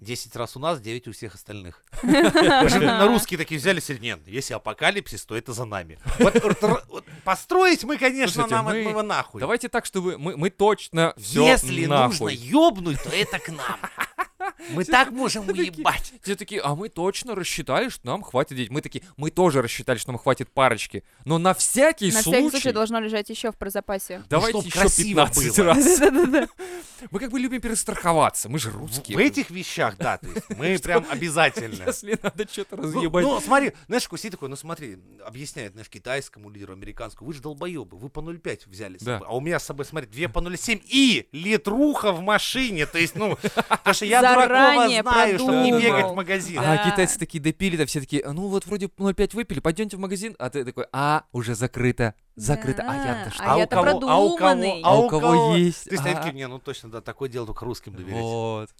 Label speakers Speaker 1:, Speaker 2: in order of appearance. Speaker 1: 10 раз у нас, 9 у всех остальных. Причем на русские такие взяли и нет, если апокалипсис, то это за нами. Вот р- вот построить мы, конечно,
Speaker 2: Слушайте,
Speaker 1: нам
Speaker 2: мы-
Speaker 1: от этого нахуй.
Speaker 2: Давайте так, чтобы мы, мы точно все
Speaker 1: Если нужно
Speaker 2: нахуй.
Speaker 1: ёбнуть, то это к нам. Мы так можем
Speaker 2: такие-
Speaker 1: уебать.
Speaker 2: Все такие, а мы точно рассчитали, что нам хватит денег. Мы такие, мы тоже рассчитали, что нам хватит парочки. Но на всякий
Speaker 3: На
Speaker 2: случай...
Speaker 3: всякий случай должно лежать еще в прозапасе.
Speaker 2: Давайте
Speaker 1: чтоб
Speaker 2: еще
Speaker 1: красиво
Speaker 2: 15
Speaker 1: было.
Speaker 2: раз.
Speaker 3: Да-да-да.
Speaker 2: Мы как бы любим перестраховаться, мы же русские.
Speaker 1: В этих вещах, да, то есть мы прям обязательно.
Speaker 2: Если надо что-то
Speaker 1: Ну,
Speaker 2: разъебать.
Speaker 1: ну, смотри, знаешь, Куси такой, ну смотри, объясняет, знаешь, китайскому лидеру, американскому, вы же долбоебы, вы по 0,5 взяли с
Speaker 2: Да.
Speaker 1: собой, а у меня с собой, смотри, 2 по 0,7 и литруха в машине, то есть, ну, потому что я дуракова
Speaker 3: Заранее
Speaker 1: знаю, чтобы не
Speaker 2: продумал.
Speaker 1: бегать в магазин.
Speaker 2: А
Speaker 3: Да.
Speaker 2: китайцы такие допили, да все такие, «А, ну вот вроде 0,5 выпили, пойдемте в магазин, а ты такой, а, уже закрыто, закрыто, а я-то
Speaker 3: Да,
Speaker 2: что?
Speaker 3: а
Speaker 1: у
Speaker 3: я-то
Speaker 1: кого- а у кого-
Speaker 3: продуманный.
Speaker 1: а
Speaker 2: у кого есть?
Speaker 1: То есть, они
Speaker 2: А.
Speaker 1: такие, не, ну точно, да, такое дело только русским доверять.
Speaker 2: Вот.